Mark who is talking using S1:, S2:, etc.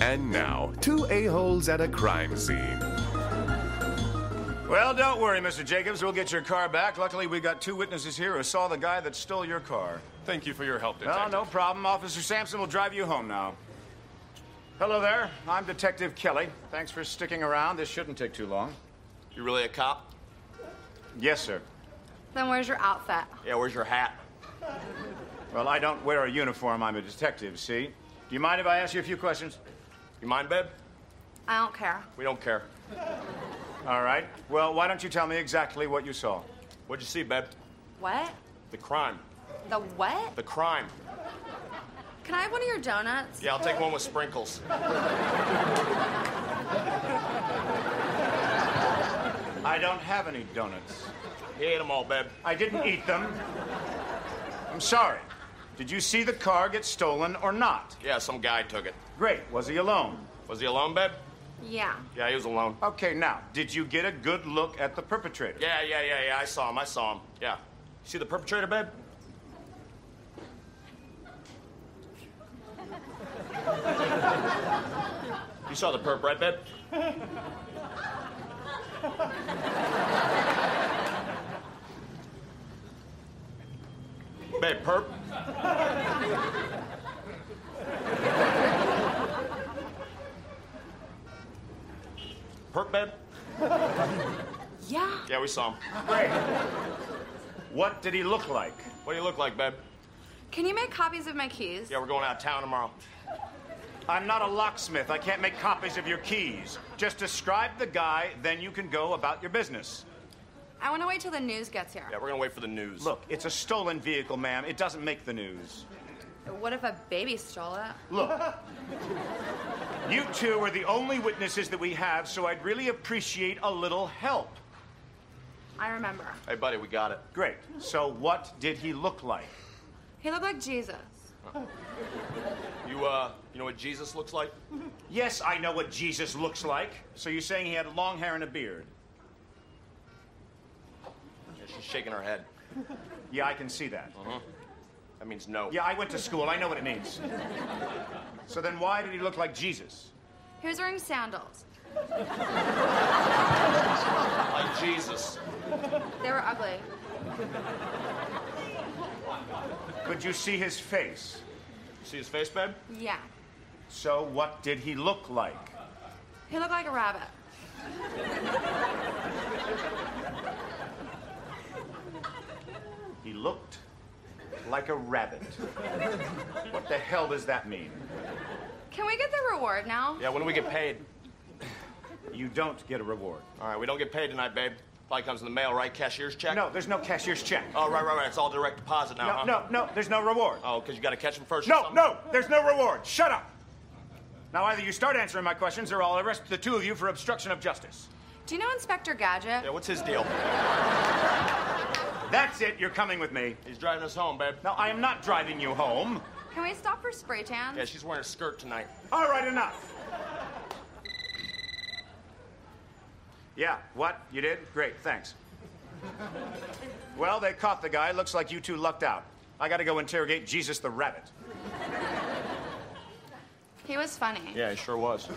S1: And now, two a-holes at a crime scene.
S2: Well, don't worry, Mr. Jacobs. We'll get your car back. Luckily, we got two witnesses here who saw the guy that stole your car. Oh,
S3: Thank you for your help,
S2: No,
S3: Detective.
S2: no problem. Officer Sampson will drive you home now. Hello there. I'm Detective Kelly. Thanks for sticking around. This shouldn't take too long.
S4: You really a cop?
S2: Yes, sir.
S5: Then where's your outfit?
S4: Yeah, where's your hat?
S2: Well, I don't wear a uniform. I'm a detective, see? Do you mind if I ask you a few questions?
S4: You mind, babe?
S5: I don't care.
S4: We don't care.
S2: All right. Well, why don't you tell me exactly what you saw?
S4: What'd you see, babe?
S5: What?
S4: The crime.
S5: The what?
S4: The crime.
S5: Can I have one of your donuts?
S4: Yeah, I'll take one with sprinkles.
S2: I don't have any donuts.
S4: He ate them all, babe.
S2: I didn't eat them. I'm sorry. Did you see the car get stolen or not?
S4: Yeah, some guy took it.
S2: Great. Was he alone?
S4: Was he alone, babe?
S5: Yeah.
S4: Yeah, he was alone.
S2: Okay, now, did you get a good look at the perpetrator?
S4: Yeah, yeah, yeah, yeah. I saw him. I saw him. Yeah. You see the perpetrator, babe? you saw the perp, right, babe? babe, perp? perp, babe?
S5: Yeah.
S4: Yeah, we saw him.
S2: Great. What did he look like?
S4: What do you look like, babe?
S5: Can you make copies of my keys?
S4: Yeah, we're going out of town tomorrow.
S2: I'm not a locksmith. I can't make copies of your keys. Just describe the guy, then you can go about your business.
S5: I want to wait till the news gets here.
S4: Yeah, we're gonna wait for the news.
S2: Look, it's a stolen vehicle, ma'am. It doesn't make the news.
S5: What if a baby stole it?
S2: You two are the only witnesses that we have, so I'd really appreciate a little help.
S5: I remember.
S4: Hey, buddy, we got it.
S2: Great. So, what did he look like?
S5: He looked like Jesus.
S4: You, uh, you know what Jesus looks like?
S2: Yes, I know what Jesus looks like. So, you're saying he had long hair and a beard?
S4: Yeah, she's shaking her head.
S2: Yeah, I can see that.
S4: That means no.
S2: Yeah, I went to school. I know what it means. So then why did he look like Jesus?
S5: He was wearing sandals.
S4: Like Jesus.
S5: They were ugly.
S2: Could you see his face?
S4: See his face, babe?
S5: Yeah.
S2: So what did he look like?
S5: He looked like a rabbit.
S2: He looked like a rabbit. What the hell does that mean?
S5: Can we get the reward now?
S4: Yeah, when do we get paid?
S2: You don't get a reward.
S4: All right, we don't get paid tonight, babe. Probably comes in the mail, right? Cashier's check?
S2: No, there's no cashier's check.
S4: Oh, right, right, right. It's all direct deposit now,
S2: No,
S4: huh?
S2: no, no, there's no reward.
S4: Oh, because you gotta catch him first or
S2: No,
S4: something?
S2: no, there's no reward. Shut up. Now either you start answering my questions or I'll arrest the two of you for obstruction of justice.
S5: Do you know Inspector Gadget?
S4: Yeah, what's his deal?
S2: That's it, you're coming with me.
S4: He's driving us home, babe.
S2: No, I am not driving you home.
S5: Can we stop for spray tan?
S4: Yeah, she's wearing a skirt tonight.
S2: All right, enough. Yeah, what? You did? Great, thanks. Well, they caught the guy. Looks like you two lucked out. I gotta go interrogate Jesus the rabbit.
S5: He was funny.
S4: Yeah, he sure was.